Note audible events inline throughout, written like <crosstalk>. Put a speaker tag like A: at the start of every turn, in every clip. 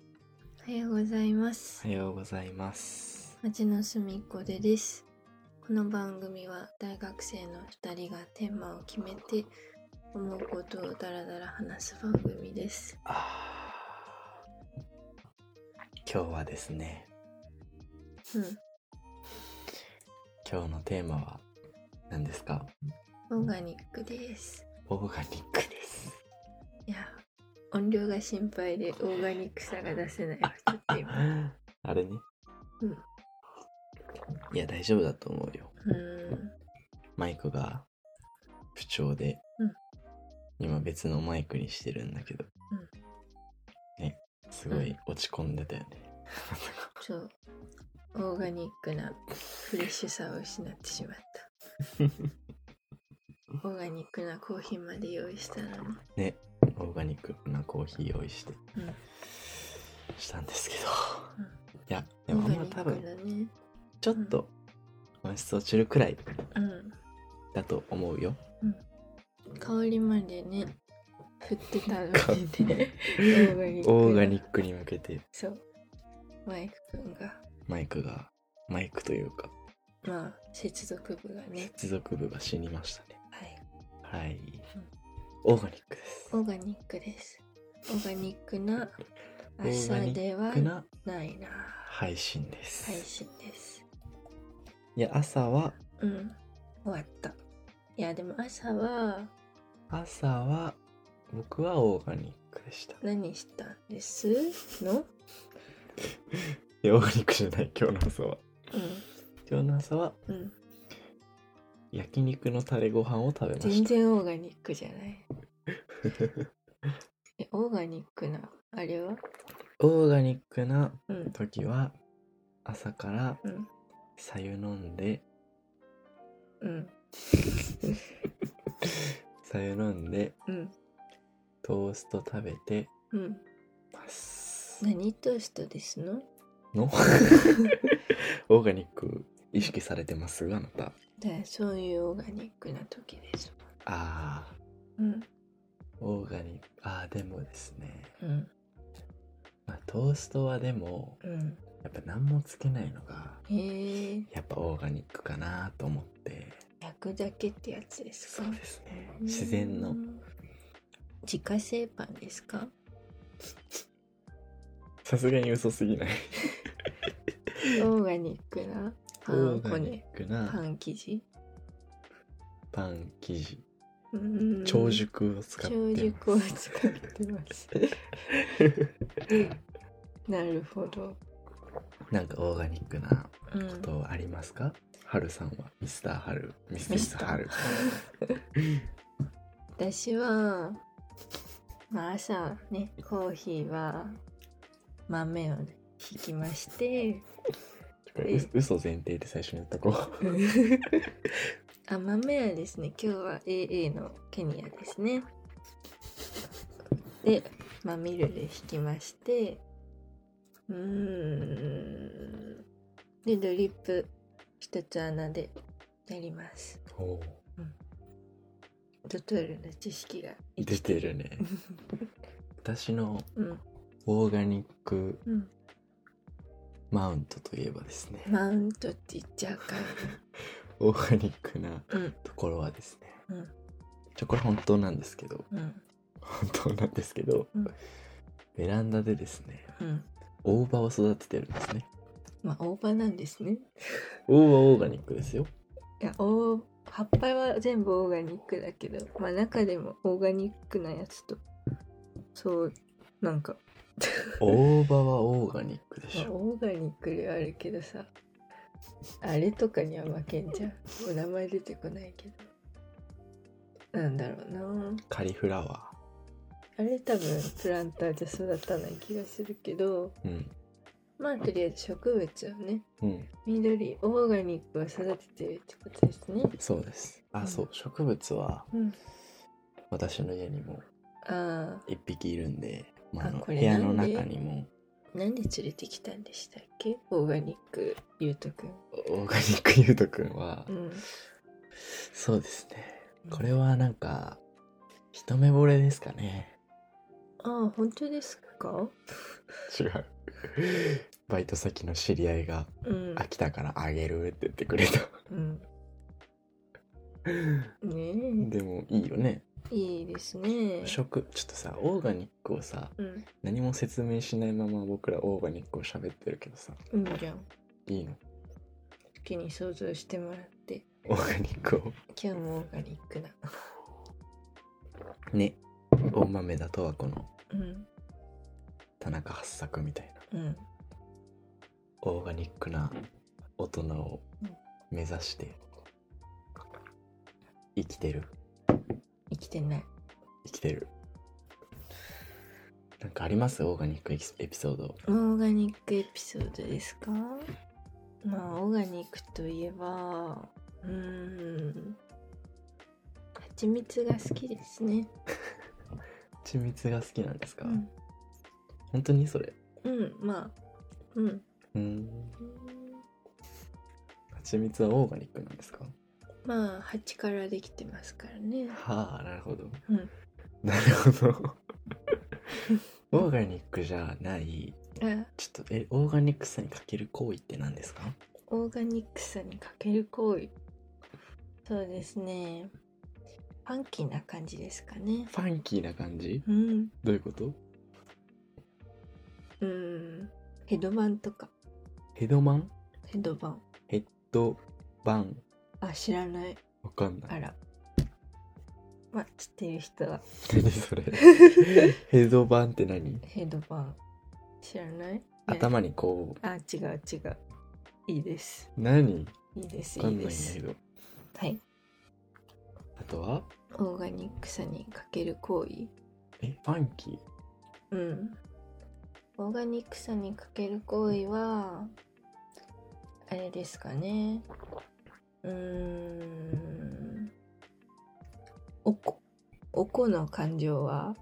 A: おはようございます
B: おはようございます
A: 町の隅っこでですこの番組は大学生の2人がテーマを決めて思うことをダラダラ話す番組です
B: あー今日はですね
A: うん
B: 今日のテーマは何ですか
A: オーガニックです
B: オーガニックです <laughs>
A: いや音量が心配でオーガニックさが出せないわちょっと今
B: ああれね
A: うん
B: いや大丈夫だと思うよ
A: うーん
B: マイクが不調で、
A: うん
B: 今別のマイクにしてるんだけど、ねすごい落ち込んでたよね、
A: そうオーガニックなフレッシュさを失ってしまった
B: <laughs>
A: オーガニックなコーヒーまで用意したのに
B: ねオーガニックなコーヒー用意して
A: うん
B: したんですけど、
A: うん
B: いやでもあんま
A: オー
B: 多
A: ガニッ
B: 分
A: クだね
B: ちょっと音質落ちるくらい
A: うん
B: だと思うよ
A: 香りまでね振ってたの
B: 香
A: にねオーガニック
B: オーガニックに向けて
A: そうマイク君が
B: マイクがマイクというか
A: まあ接続部がね
B: 接続部が死にましたね
A: はい
B: はい
A: うん、
B: オーガニックです
A: オーガニックですオーガニックな
B: オーガ
A: 朝
B: ニ
A: では
B: ックな
A: ないな
B: 配信です、
A: 配信です
B: いや朝は
A: うん終わったいやでも朝は
B: 朝は僕はオーガニックでした
A: 何したんですの
B: いやオーガニックじゃない今日の朝は今日の朝は
A: うんうん
B: 焼肉のタレご飯を食べま
A: 全
B: した
A: 然オーガニックじゃない
B: <laughs>
A: えオーガニックなあれは
B: オーガニックな
A: うん
B: 時は朝から
A: うん
B: さゆ飲んで
A: うん
B: さゆ飲んで
A: うん
B: トースト食べて
A: うん
B: ます
A: 何トーストですの
B: の <laughs> オーガニック意識されてますがあなた
A: だからそういうオーガニックな時です
B: あ
A: うん
B: ーオーガニックあーでもですね、
A: うん
B: まあ、トーストはでも
A: うん
B: やっぱ何もつけないのが
A: へえ
B: やっぱオーガニックかなと思って
A: 焼くだけってやつです
B: そ
A: か
B: うですね自然
A: う
B: の
A: ん自家製パンですか
B: さすがに嘘すぎない
A: オーガニックな
B: オ
A: パン
B: ー
A: 粉
B: ガニ
A: ね
B: ック
A: パ
B: な
A: ン生地
B: パン生地
A: うん
B: 長熟を使ってま
A: 長
B: す
A: 熟を使って
B: <laughs>
A: ます。なるほど。
B: なんかオーガニックな
A: う
B: こ
A: ん、
B: とありますか、ハルさんはミスターハルミステ
A: ミ
B: ィ
A: ス
B: ス
A: ター
B: ハル
A: 私は、まあ、朝ねコーヒーは豆をねひきまして
B: これう嘘前提で最初に言っとこう
A: あ豆はですね今日は AA のケニアですねで、まあ、ミルで引きましてうーんでドリップ一つ穴でやります
B: おー
A: ドトールの知識が生
B: 出
A: き
B: てるね私の
A: うん
B: オーガニック
A: うん
B: マウントといえばですね
A: マウントって言っちゃうか
B: オーガニックな
A: らうん
B: ところはですね、
A: うん
B: ちょこれ本当なんですけど
A: うん
B: 本当なんですけど、
A: うん
B: ベランダでですね
A: うん
B: 大葉を育ててるんですね
A: まあ大葉なんですね
B: 大葉オーガニックですよ
A: いやお葉っぱは全部オーガニックだけど、まあ、中でもオーガニックなやつとそうなんか、
B: 大葉はオーガニックで
A: ま
B: し
A: あ、
B: ょ
A: オーガニックではあるけどさあれとかには負けんじゃんお名前出てこないけどなんだろうな
B: カリフラワ
A: あれ多分プランターじゃ育たない気がするけど
B: ーうん
A: まあとりあえず植物をね
B: うん
A: 緑オーガニックを育ててるってことですね
B: そうです。あ、
A: うん
B: そう、植物は
A: うん
B: 私の家にも
A: ああ
B: 一匹いるんで、まあ、
A: あ
B: あの
A: こ
B: 部
A: れ
B: 屋の
A: なんで
B: 中にも
A: なんで連れてきたんでしたっけオーガニックゆうとくん
B: オーガニックゆうとくんは、
A: うん
B: そうですね。これはなんか、一目惚れですかね。
A: あああ本当ですか
B: 違うバイト先の知り合いが
A: うん
B: 「飽きたからあげる」って言ってくれた
A: うんね
B: でもいいよね
A: えいいですね
B: 食ちょっとさオーガニックをさ
A: うん
B: 何も説明しないまま僕らオーガニックを喋ってるけどさ
A: いいじゃん
B: いいの
A: 好きに想像してもらって
B: オーガニックを
A: 今日もオーガニックな
B: ね大豆だとはこの
A: うん
B: 田中八作みたいな
A: うん
B: オーガニックな大人を目指して生きてる
A: 生きてない
B: 生きてるなんかありますオーガニックエキスエピソード
A: オーガニックエピソードですかまあオーガニックといえばうーん蜂蜜が好きですね
B: 蜂蜜が好きなんですか、
A: うん、
B: 本当にそれ
A: うん、まあうん
B: うん蜂蜜はオーガニックなんですか
A: まあ蜂からできてますからね
B: はあなるほど、
A: うん
B: なるほ
A: <laughs>
B: どオーガニックじゃない
A: あ
B: ちょっとえオーガニックさにかける行為って何ですか
A: オーガニックさに欠ける行為そうですねファンキーな感じですかね
B: ファンキーな感じ
A: うん
B: どういうこと
A: うんヘドバンとか
B: ヘドマン
A: ヘドバン
B: ヘッドバン
A: あ知らない
B: わかんない
A: あらまあ知ってる人は
B: 何そ <laughs> れヘドバンって何
A: ヘドバン知らない、ね
B: 頭にこう
A: あ違う違ういいです
B: 何
A: いいです
B: わか
A: いい
B: んない
A: で
B: んだ
A: す
B: けど
A: はい
B: あとは
A: オーガニックさに欠ける行為
B: えファンキー
A: うんオーガニックさに欠ける行為はあれですかねうーんおこおこの感情は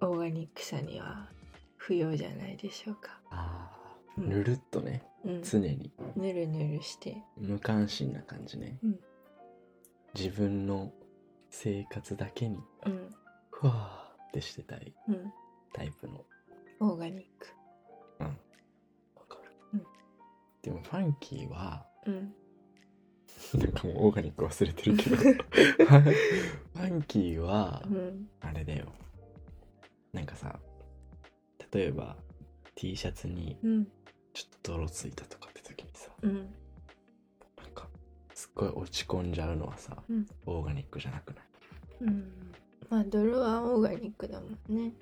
A: オーガニックさには不要じゃないでしょうか、
B: あ
A: う
B: ーぬ
A: ん
B: るっとね
A: うん、
B: 常に
A: ぬるぬるして
B: 無関心な感じね、
A: うん
B: 自分の生活だけに
A: うん
B: ふわーってしてたい
A: うん
B: タイプの
A: オーガニック
B: わかる、
A: うん
B: でもファンキーは
A: うん
B: <laughs> なんかもうオーガニック忘れてるけど <laughs> ファンファンキーは
A: <laughs> うん
B: あれだよなんかさ例えば T シャツに
A: うん
B: ちょっと泥ついたとかって時にさ
A: うん
B: なんかすっごい落ち込んじゃうのはさ、
A: うん
B: オーガニックじゃなくな
A: うんまあ泥はオーガニックだもんね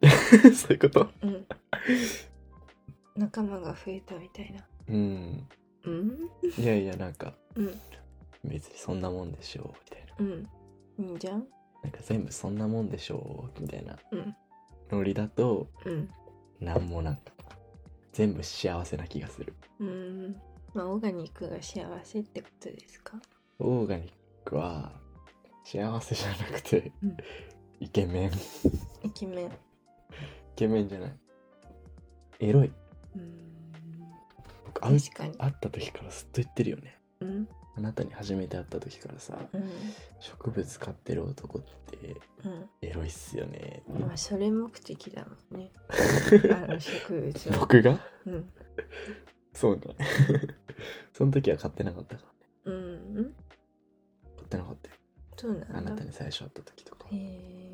B: いそういうこと
A: うん。仲間が増えたみたいな。
B: うん
A: うん。
B: いやいやなんか
A: うん。
B: 別にそんなもんでしょうみたいな
A: うん。いいじゃん。
B: なんか全部そんなもんでしょうみたいな
A: うん。
B: ノリだと
A: うん。
B: なんもなんか全部幸せな気がする
A: うん。まあ、オーガニックが幸せってことですか。
B: オーガニックは幸せじゃなくて、
A: うん
B: イケメンイ
A: イケメン。
B: ケメンじゃないエロい
A: うん。
B: 僕会う
A: 確かに。
B: 会った時からずっと言ってるよね
A: うん。
B: あなたに初めて会った時からさ
A: うん。
B: 植物飼ってる男って
A: うん。
B: エロいっすよね
A: まあ、それ目的だもん
B: <laughs>
A: ね。あの植物は。
B: 僕が
A: うん。
B: そうね <laughs> その時は買ってなかったか
A: うん。うん
B: 買ってなかったよ
A: そう
B: あ
A: な
B: なん
A: だ。
B: たに最初会った時とか
A: へえ。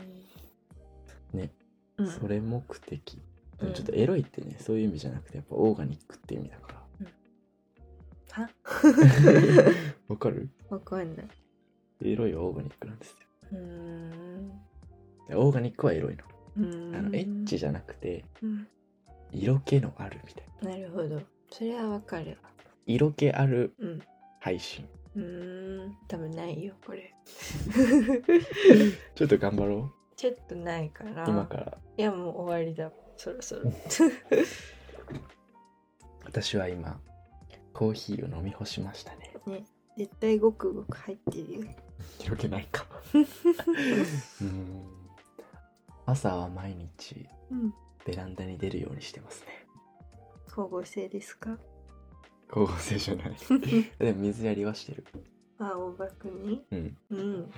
B: ね。
A: うん。
B: それ目的、
A: うん
B: ちょっとエロいってねそういう意味じゃなくてやっぱオーガニックって意味だ <laughs> から
A: は。
B: わかる
A: わかんない。
B: エロいはオーガニックなんです
A: うん。
B: よオーガニックはエロいの
A: うん。
B: あのエッチ。じゃなくて
A: うん。
B: 色気のあるみたいな
A: なるほど。それはわかるわ。
B: 色気ある
A: うん。
B: 配信
A: うーん。多分ないよ、これ。 <laughs>
B: ちょっと頑張ろ
A: ちょっとないから。
B: う今から
A: いや、もう終わりだ。そろそろ。
B: 私は今コーヒーを飲み干しましたね
A: 絶対ごくごく入ってるよ。
B: 色気ないか <laughs> うーん朝は毎日
A: うん。
B: ベランダに出るようにしてますね
A: 光合成ですか
B: 光合成じゃない <laughs> でも水やりはしてる
A: あ、大葉くんに
B: うん
A: うん。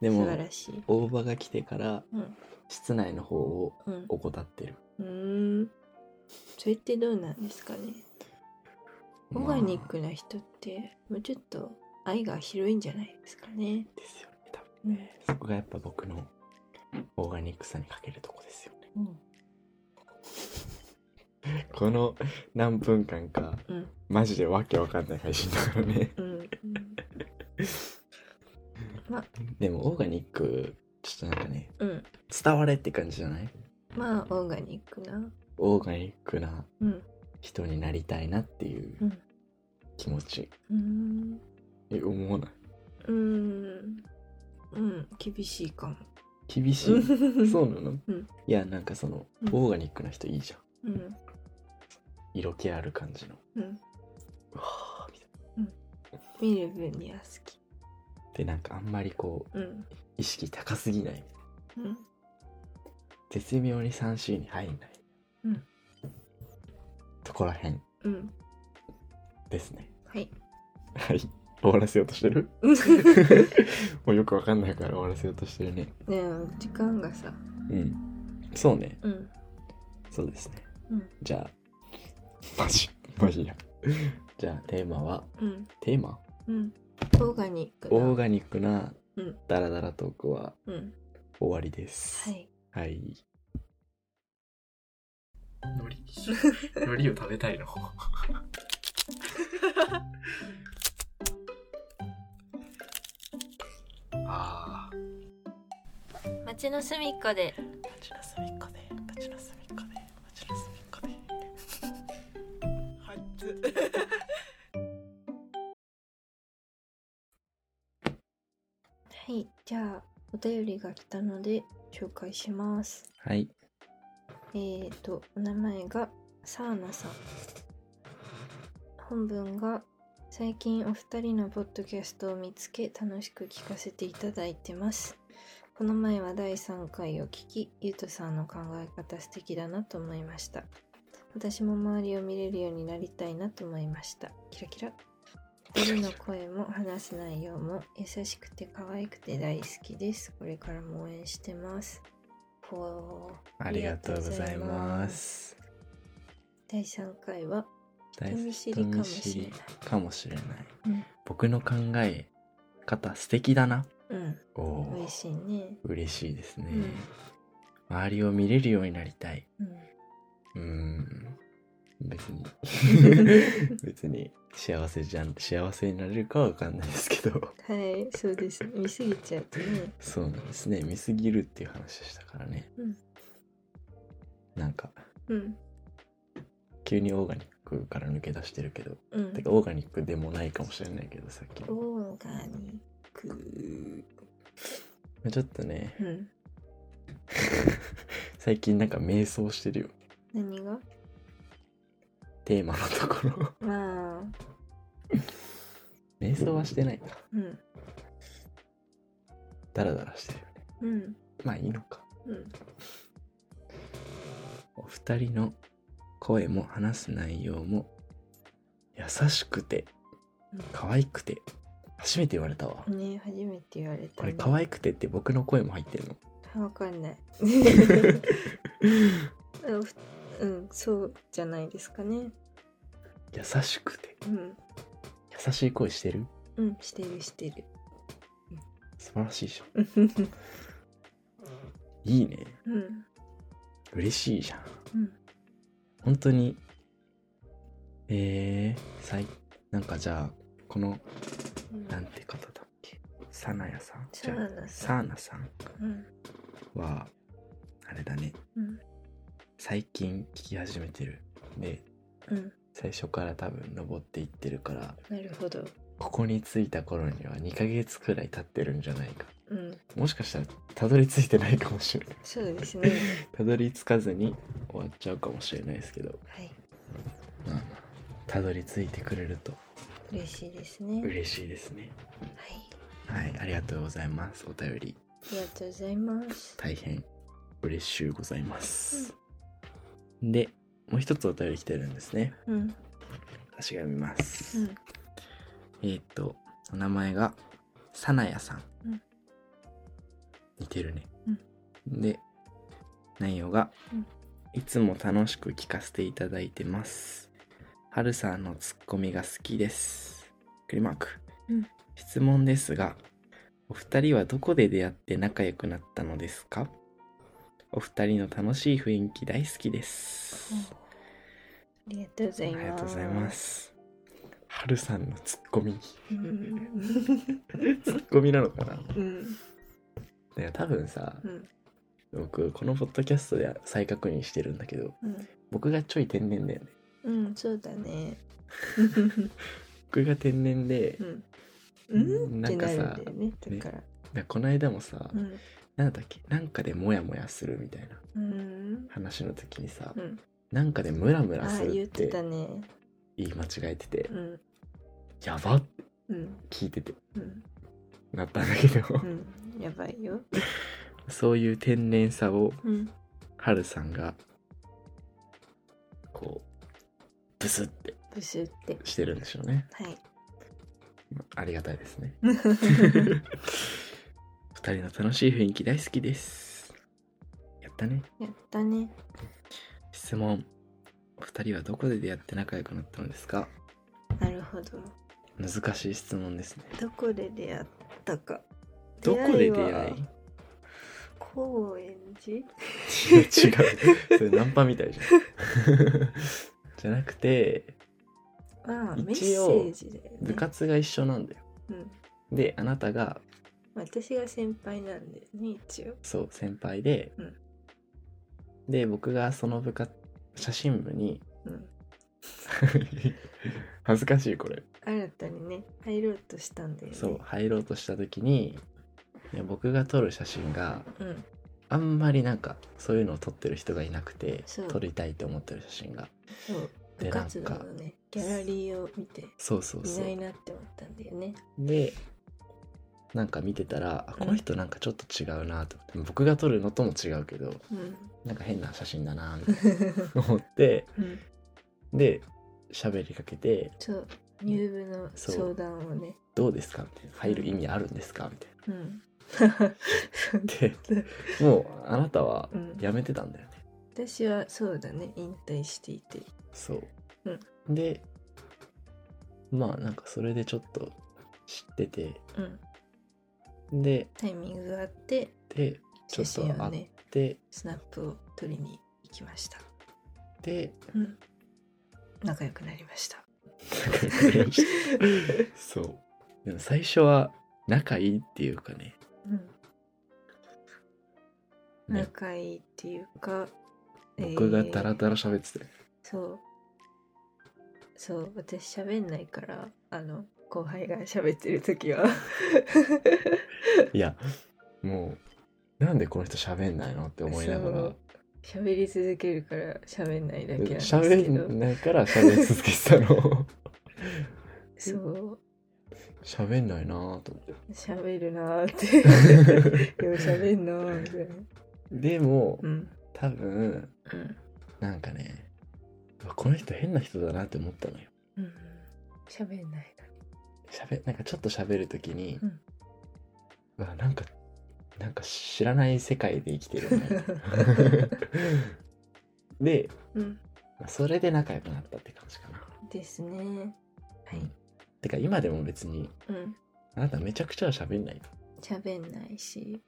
B: で
A: 素
B: も
A: 晴らしい。
B: 大場が来てから
A: うん
B: 室内の方を
A: うん。
B: 怠ってる
A: うーん。それってどうなんですかね。オーガニックな人って、もうちょっと愛が広いんじゃないですかね。
B: まあですよね多分
A: うん。
B: そこがやっぱ僕のオーガニックさにかけるとこですよね
A: うん。
B: この何分間か
A: うん。
B: マジでわけわかんない配信だからね
A: うん。
B: <laughs> でもオーガニックちょっとなんかね
A: うん。
B: 伝われって感じじゃない
A: まあ、オーガニックな。
B: オーガニックな
A: うん。
B: 人になりたいなっていう
A: うん。
B: 気持ち
A: うーん。
B: え思わないう
A: ーん。うん。厳しいかも。
B: 厳しいそううなの、
A: うん
B: いやなんかその
A: うん
B: オーガニックな人いいじゃん
A: ん。
B: 色気ある感じの
A: うん。
B: うわーみたいな
A: 見る分には好き。
B: でなんかあんまりこう
A: うん。
B: 意識高すぎない
A: うん。
B: 絶妙に 3C に入んない、
A: うん
B: とこらへん
A: うん。
B: ですね
A: はい。
B: はい終わらせようとしてる
A: <laughs>
B: もうよくわかんないから終わらせようとしてるね
A: ねえ時間がさ。
B: うんそうね
A: うん。
B: そうですね、
A: うん
B: じゃあマジマジやじゃあテーマは
A: うん。
B: テーマ
A: うん。オーガニックな。
B: オーガニックな
A: うん
B: ダラダラトークは
A: うん。
B: 終わりです
A: はい。
B: はい海苔海苔を食べ
A: <laughs>
B: たいのああ
A: 街の隅っこで。
B: 立ちなすみっこで立ちなすみっこで立ちなすみっこで
A: はい。じゃあ、お便りが来たので、紹介します。
B: はい
A: えーと、お名前がサーナさん。本文が最近お二人のポッドキャストを見つけ楽しく聞かせていただいてます。この前は第3回を聞き、ゆうとさんの考え方素敵だなと思いました。私も周りを見れるようになりたいなと思いました。キラキラ。二人の声も話す内容も優しくて可愛くて大好きです。これからも応援してます。ほー。
B: ありがとうございます
A: 第3回は
B: 大
A: 人見知りかもしれない
B: かもしれない、
A: うん
B: 僕の考え方素敵だな
A: うん
B: お
A: 美
B: お
A: 味しいね
B: 嬉しいですね、
A: うん
B: 周りを見れるようになりたい
A: うん
B: うーん別 <laughs> に別に幸せじゃん幸せになれるかは分かんないですけど
A: はいそうです見すぎちゃうとね
B: そうなんですね見すぎるっていう話でしたからね、
A: うん
B: なんか
A: うん
B: 急にオーガニックから抜け出してるけど
A: うん
B: てかオーガニックでもないかもしれないけどさっき
A: オーガニック
B: ちょっとね
A: うん
B: 最近なんか迷走してるよ
A: 何が
B: テーマのとこ
A: <laughs>
B: ろ
A: まあ
B: 迷走はしてないな
A: うん
B: ダラダラしてるよね
A: うん
B: まあいいのか
A: うん
B: お二人の声も話す内容も優しくて可愛くて初めて言われたわ、
A: ね初めて言われた
B: これ
A: ね
B: 可愛くてって僕の声も入ってるの
A: わかんない
B: <laughs>
A: おふうんそうじゃないですかね
B: 優しくて
A: うん
B: 優しい声してる
A: うんしてるして
B: <laughs>
A: る
B: 素晴らしいじゃん
A: うん
B: いいね
A: うん
B: 嬉しいじゃん
A: うん
B: 本当にえー、最なんかじゃあこのなんて方だっけサナヤさん
A: サーナ
B: サ
A: さん
B: ーナさん
A: うん
B: はあれだね
A: うん
B: 最近聞き始めてるで
A: うん
B: 最初から多分登っていってるから
A: なるほど
B: ここに着いた頃には2ヶ月くらい経ってるんじゃないか
A: うん
B: もしかしたらたどり着いてないかもしれない
A: そうですね
B: <laughs> たどり着かずに終わっちゃうかもしれないですけど
A: はい
B: まあまあたどり着いてくれると
A: 嬉しいですね。はい、
B: 嬉しいですねはいありがとうございますお便り
A: ありがとうございます。
B: 大変嬉しゅうございます、でもう一つお便り来てるんですね
A: うん、
B: 私が読みます、
A: うん、
B: えーっとお名前がさなやさん、
A: うん
B: てるね、で内容が、
A: うん
B: いつも楽しく聞かせていただいてますはるさんのツッコミが好きですクリマーク、
A: うん
B: 質問ですがお二人はどこで出会って仲良くなったのですかお二人の楽しい雰囲気大好きです、
A: ありがとうござい
B: あ
A: ます。
B: りがとうございま。すはるさんのツッコミ
A: うん。
B: ツッコミなのかな
A: うん。
B: いや多分さ
A: うん。
B: 僕このポッドキャストで再確認してるんだけど
A: うん。
B: 僕がちょい天然だよね
A: うん、そうだね。
B: 僕が天然で
A: う、ん。うん。っ
B: な
A: て
B: んか
A: な
B: さ
A: るんだよね。だから。
B: だこの間もさ、
A: うん。
B: なんだっけなんかでモヤモヤするみたいな
A: うん。
B: 話の時にさ、
A: うん。
B: なんかでムラムラ
A: あ
B: す
A: ー、
B: る
A: 言
B: っ
A: って
B: て
A: たね。
B: 言い間違えてて、
A: うん。
B: やばって
A: うん。
B: 聞いてて
A: うん。
B: なったんだけど、
A: うん。やばいよ。
B: そういう天然さを
A: うん。
B: はるさんがこうブスって
A: ブスって。
B: してるんでしょうね <laughs>
A: はい。 <laughs>
B: ありがたいですね二人の楽しい雰囲気大好きですやったね
A: やったね。
B: 質問お二人はどこで出会って仲良くなったのですか
A: なるほど。
B: 難しい質問ですね
A: どこで出会ったか。
B: どこ
A: 出
B: で出会
A: 会 <laughs>
B: い
A: いは高円寺
B: 違う違うそれナンパみたいじゃん <laughs> じゃなくて
A: まあ、
B: 一応
A: メッセージだよね。
B: 部活が一緒なんだよ
A: うん。
B: であなたが
A: 私が先輩なんだよね、一応。
B: そう先輩で、
A: うん
B: で僕がその部活写真部に
A: うん。
B: 恥ずかしいこれ
A: 新たにね、入ろうとしたんだよね。
B: そう。入ろうとした時にいや僕が撮る写真が
A: うん。
B: あんまりなんかそういうのを撮ってる人がいなくて
A: そう
B: 撮りたいと思ってる写真が
A: そう。
B: で
A: 部活動
B: な
A: のね、ギャラリーを見て、
B: そうそう
A: い
B: そう
A: ないなって思ったんだよね。
B: でなんか見てたらあ
A: うん
B: この人なんかちょっと違うなと思って、僕が撮るのとも違うけど
A: うん。
B: なんか変な写真だなみたいな
A: <laughs>
B: 思って
A: うん。
B: で喋りかけて
A: そう。入部の
B: そう
A: 相談をね。
B: 「どうですか?」みたいな「入る意味あるんですか?」みたい
A: うん。
B: な
A: <laughs>
B: でもうあなたは
A: うん
B: 辞めてたんだよね
A: 私はそうだね、引退していて。
B: そう、でまあなんかそれでちょっと知ってて
A: うん。
B: で
A: タイミングがあって、
B: でちょ
A: 写
B: っと
A: 真
B: 会
A: を
B: っ
A: ね、
B: て
A: スナップを撮りに行きました。 <laughs>
B: で
A: うん。仲良くなりました。
B: そうでも最初は仲いいっていうかね
A: うん。
B: ね
A: 仲いいっていうか、
B: 僕がダラ
A: えー
B: ダラ喋ってて、
A: <laughs> そうそう私喋んないからあの後輩が喋ってる時は <laughs>
B: いやもうなんでこの人喋んないのって思いながら
A: そう喋り続けるから喋んないだけなんですけ
B: 喋ん
A: ど
B: ないから喋り続けてたの <laughs>
A: そう
B: 喋んないなぁと思って
A: 喋るなーって <laughs> でも喋んなーみたいな
B: でも
A: うん
B: 多分
A: うん
B: なんかねうわこの人変な人だなって思ったのよ
A: うん喋んない
B: 喋なんかちょっと喋るときに、
A: うん
B: うわなんかなんか知らない世界で生き
A: <laughs>
B: てるなで
A: のうん
B: それで仲良くなったって感じかな
A: ですねは
B: うん
A: い
B: てか今でも別に
A: うん
B: あなためちゃくちゃは喋んない
A: 喋んないし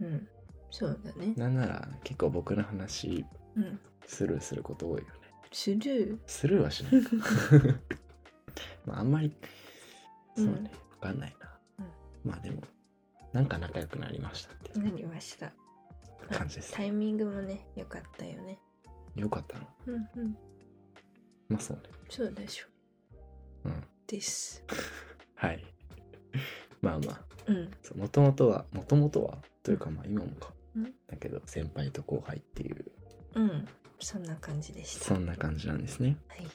A: うんそうだね
B: なんなら結構僕の話
A: うん
B: スルーすること多いよね
A: スルー
B: スルー
A: <laughs>
B: はしないまああんまりそうね、
A: うん
B: 分かんないな、まあでもなんか仲良くなりましたって
A: なりました
B: 感じです、
A: タイミングもね良かったよね
B: よかったの
A: うんうん
B: まあそうね
A: そうでしょ
B: うん
A: です
B: はい。 <laughs> まあまあ
A: うん
B: そう、もともとは、もともとは、というかまあ今もか
A: うん。
B: だけど、先輩と後輩っていう、
A: うんそんな感じでした
B: そ
A: は
B: んな感じなんですね。
A: い
B: はい。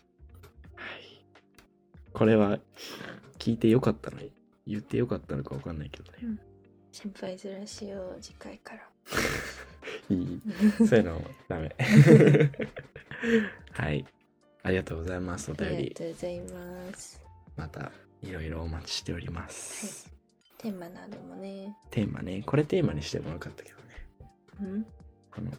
B: これは、聞いてよかったの言ってよかったのかわかんないけどね。
A: 心配ずらしよう次回 <laughs> から
B: いい。そういうの、
A: <laughs>
B: ダメ。はい。ありがとうございます。お
A: あり
B: 便り
A: が。とうございます
B: また、いろいろお待ちしております。
A: テーマなどもね。
B: テーマねこれテーマにしてもよかったけどね
A: うん
B: この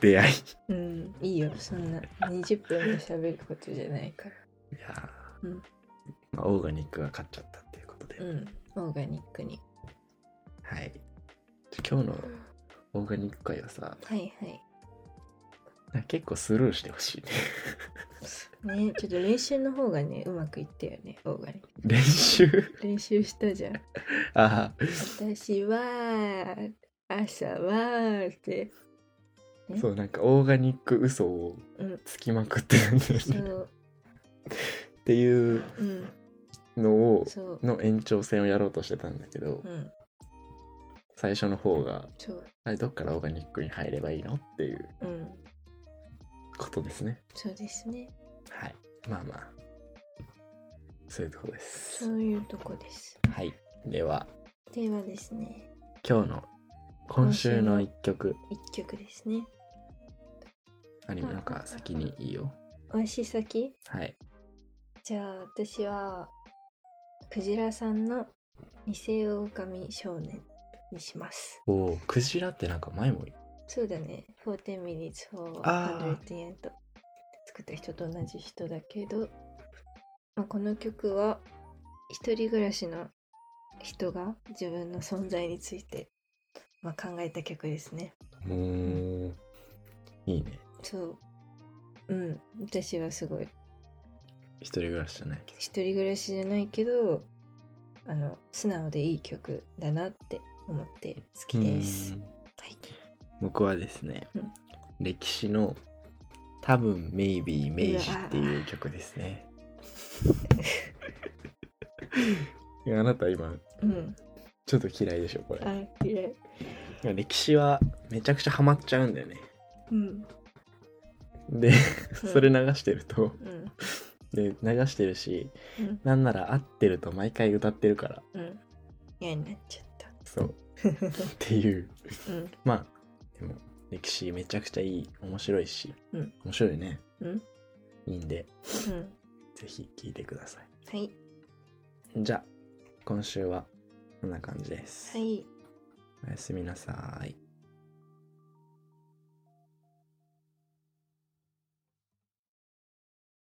B: 出会い
A: うん、いいよ、そんな20分で喋ることじゃないから。
B: いやー、
A: うん
B: まあ、オーガニックが勝っちゃったっていうことで、
A: うん、オーガニックに。
B: はいじゃ今日の
A: は
B: オーガニック会はさ
A: いはい。
B: なんか結構スルーしてほし
A: <laughs>
B: いね
A: ねちょっと練習の方がね、うまくいったよね、オーガニック。
B: 練習
A: 練習したじゃん。
B: あ
A: 私は、朝は、って。
B: あそうなんかオーガニック嘘を
A: うん、
B: つきまくってるんだよ
A: そ
B: ね
A: う、
B: っていう
A: うん、
B: のを
A: そう、
B: の延長戦をやろうとしてたんだけど、
A: うん、
B: 最初の方が
A: そう、
B: あれどっからオーガニックに入ればいいのっていう
A: うん、
B: ことですね
A: そうですね。
B: はいまあまあそういうとこです
A: そういうとこです。
B: はいでは
A: ではですね、
B: 今日の今週の一曲
A: 一曲ですね。
B: アニメのか先にいいよ
A: 足先
B: はい
A: じゃあ私はクジラさんの二世狼少年にします。
B: おおクジラってなんか前も
A: そうだね。14 minutes for
B: あー
A: 100円と作った人と同じ人だけど、まあ、この曲は一人暮らしの人が自分の存在について、まあ、考えた曲ですね。
B: もういいね
A: そう。うん。私はすごい
B: 一人暮らしじゃないけど
A: 一人暮らしじゃないけどあの素直でいい曲だなって思って好きです。
B: うーん
A: はい、
B: 僕はですね、
A: うん
B: 歴史の多分 Maybe 明治っていう曲ですね <laughs> いやあなた今
A: うん、
B: ちょっと嫌いでしょこれ
A: あ綺麗。
B: いや歴史はめちゃくちゃハマっちゃうんだよね
A: うん、
B: でそれ流してると
A: うん、
B: で流してるし
A: うん、
B: なんなら合ってると毎回歌ってるから
A: うん、嫌になっちゃった。
B: そう
A: <laughs>
B: っていう
A: うん、
B: まあでも歴史めちゃくちゃいい面白いし、
A: うん
B: 面白いよね
A: うん、
B: いいんで
A: うん、
B: ぜひ聴いてくださ
A: は
B: い
A: い、
B: じゃあ今週はこんな感じです、
A: はい、
B: おやすみなさい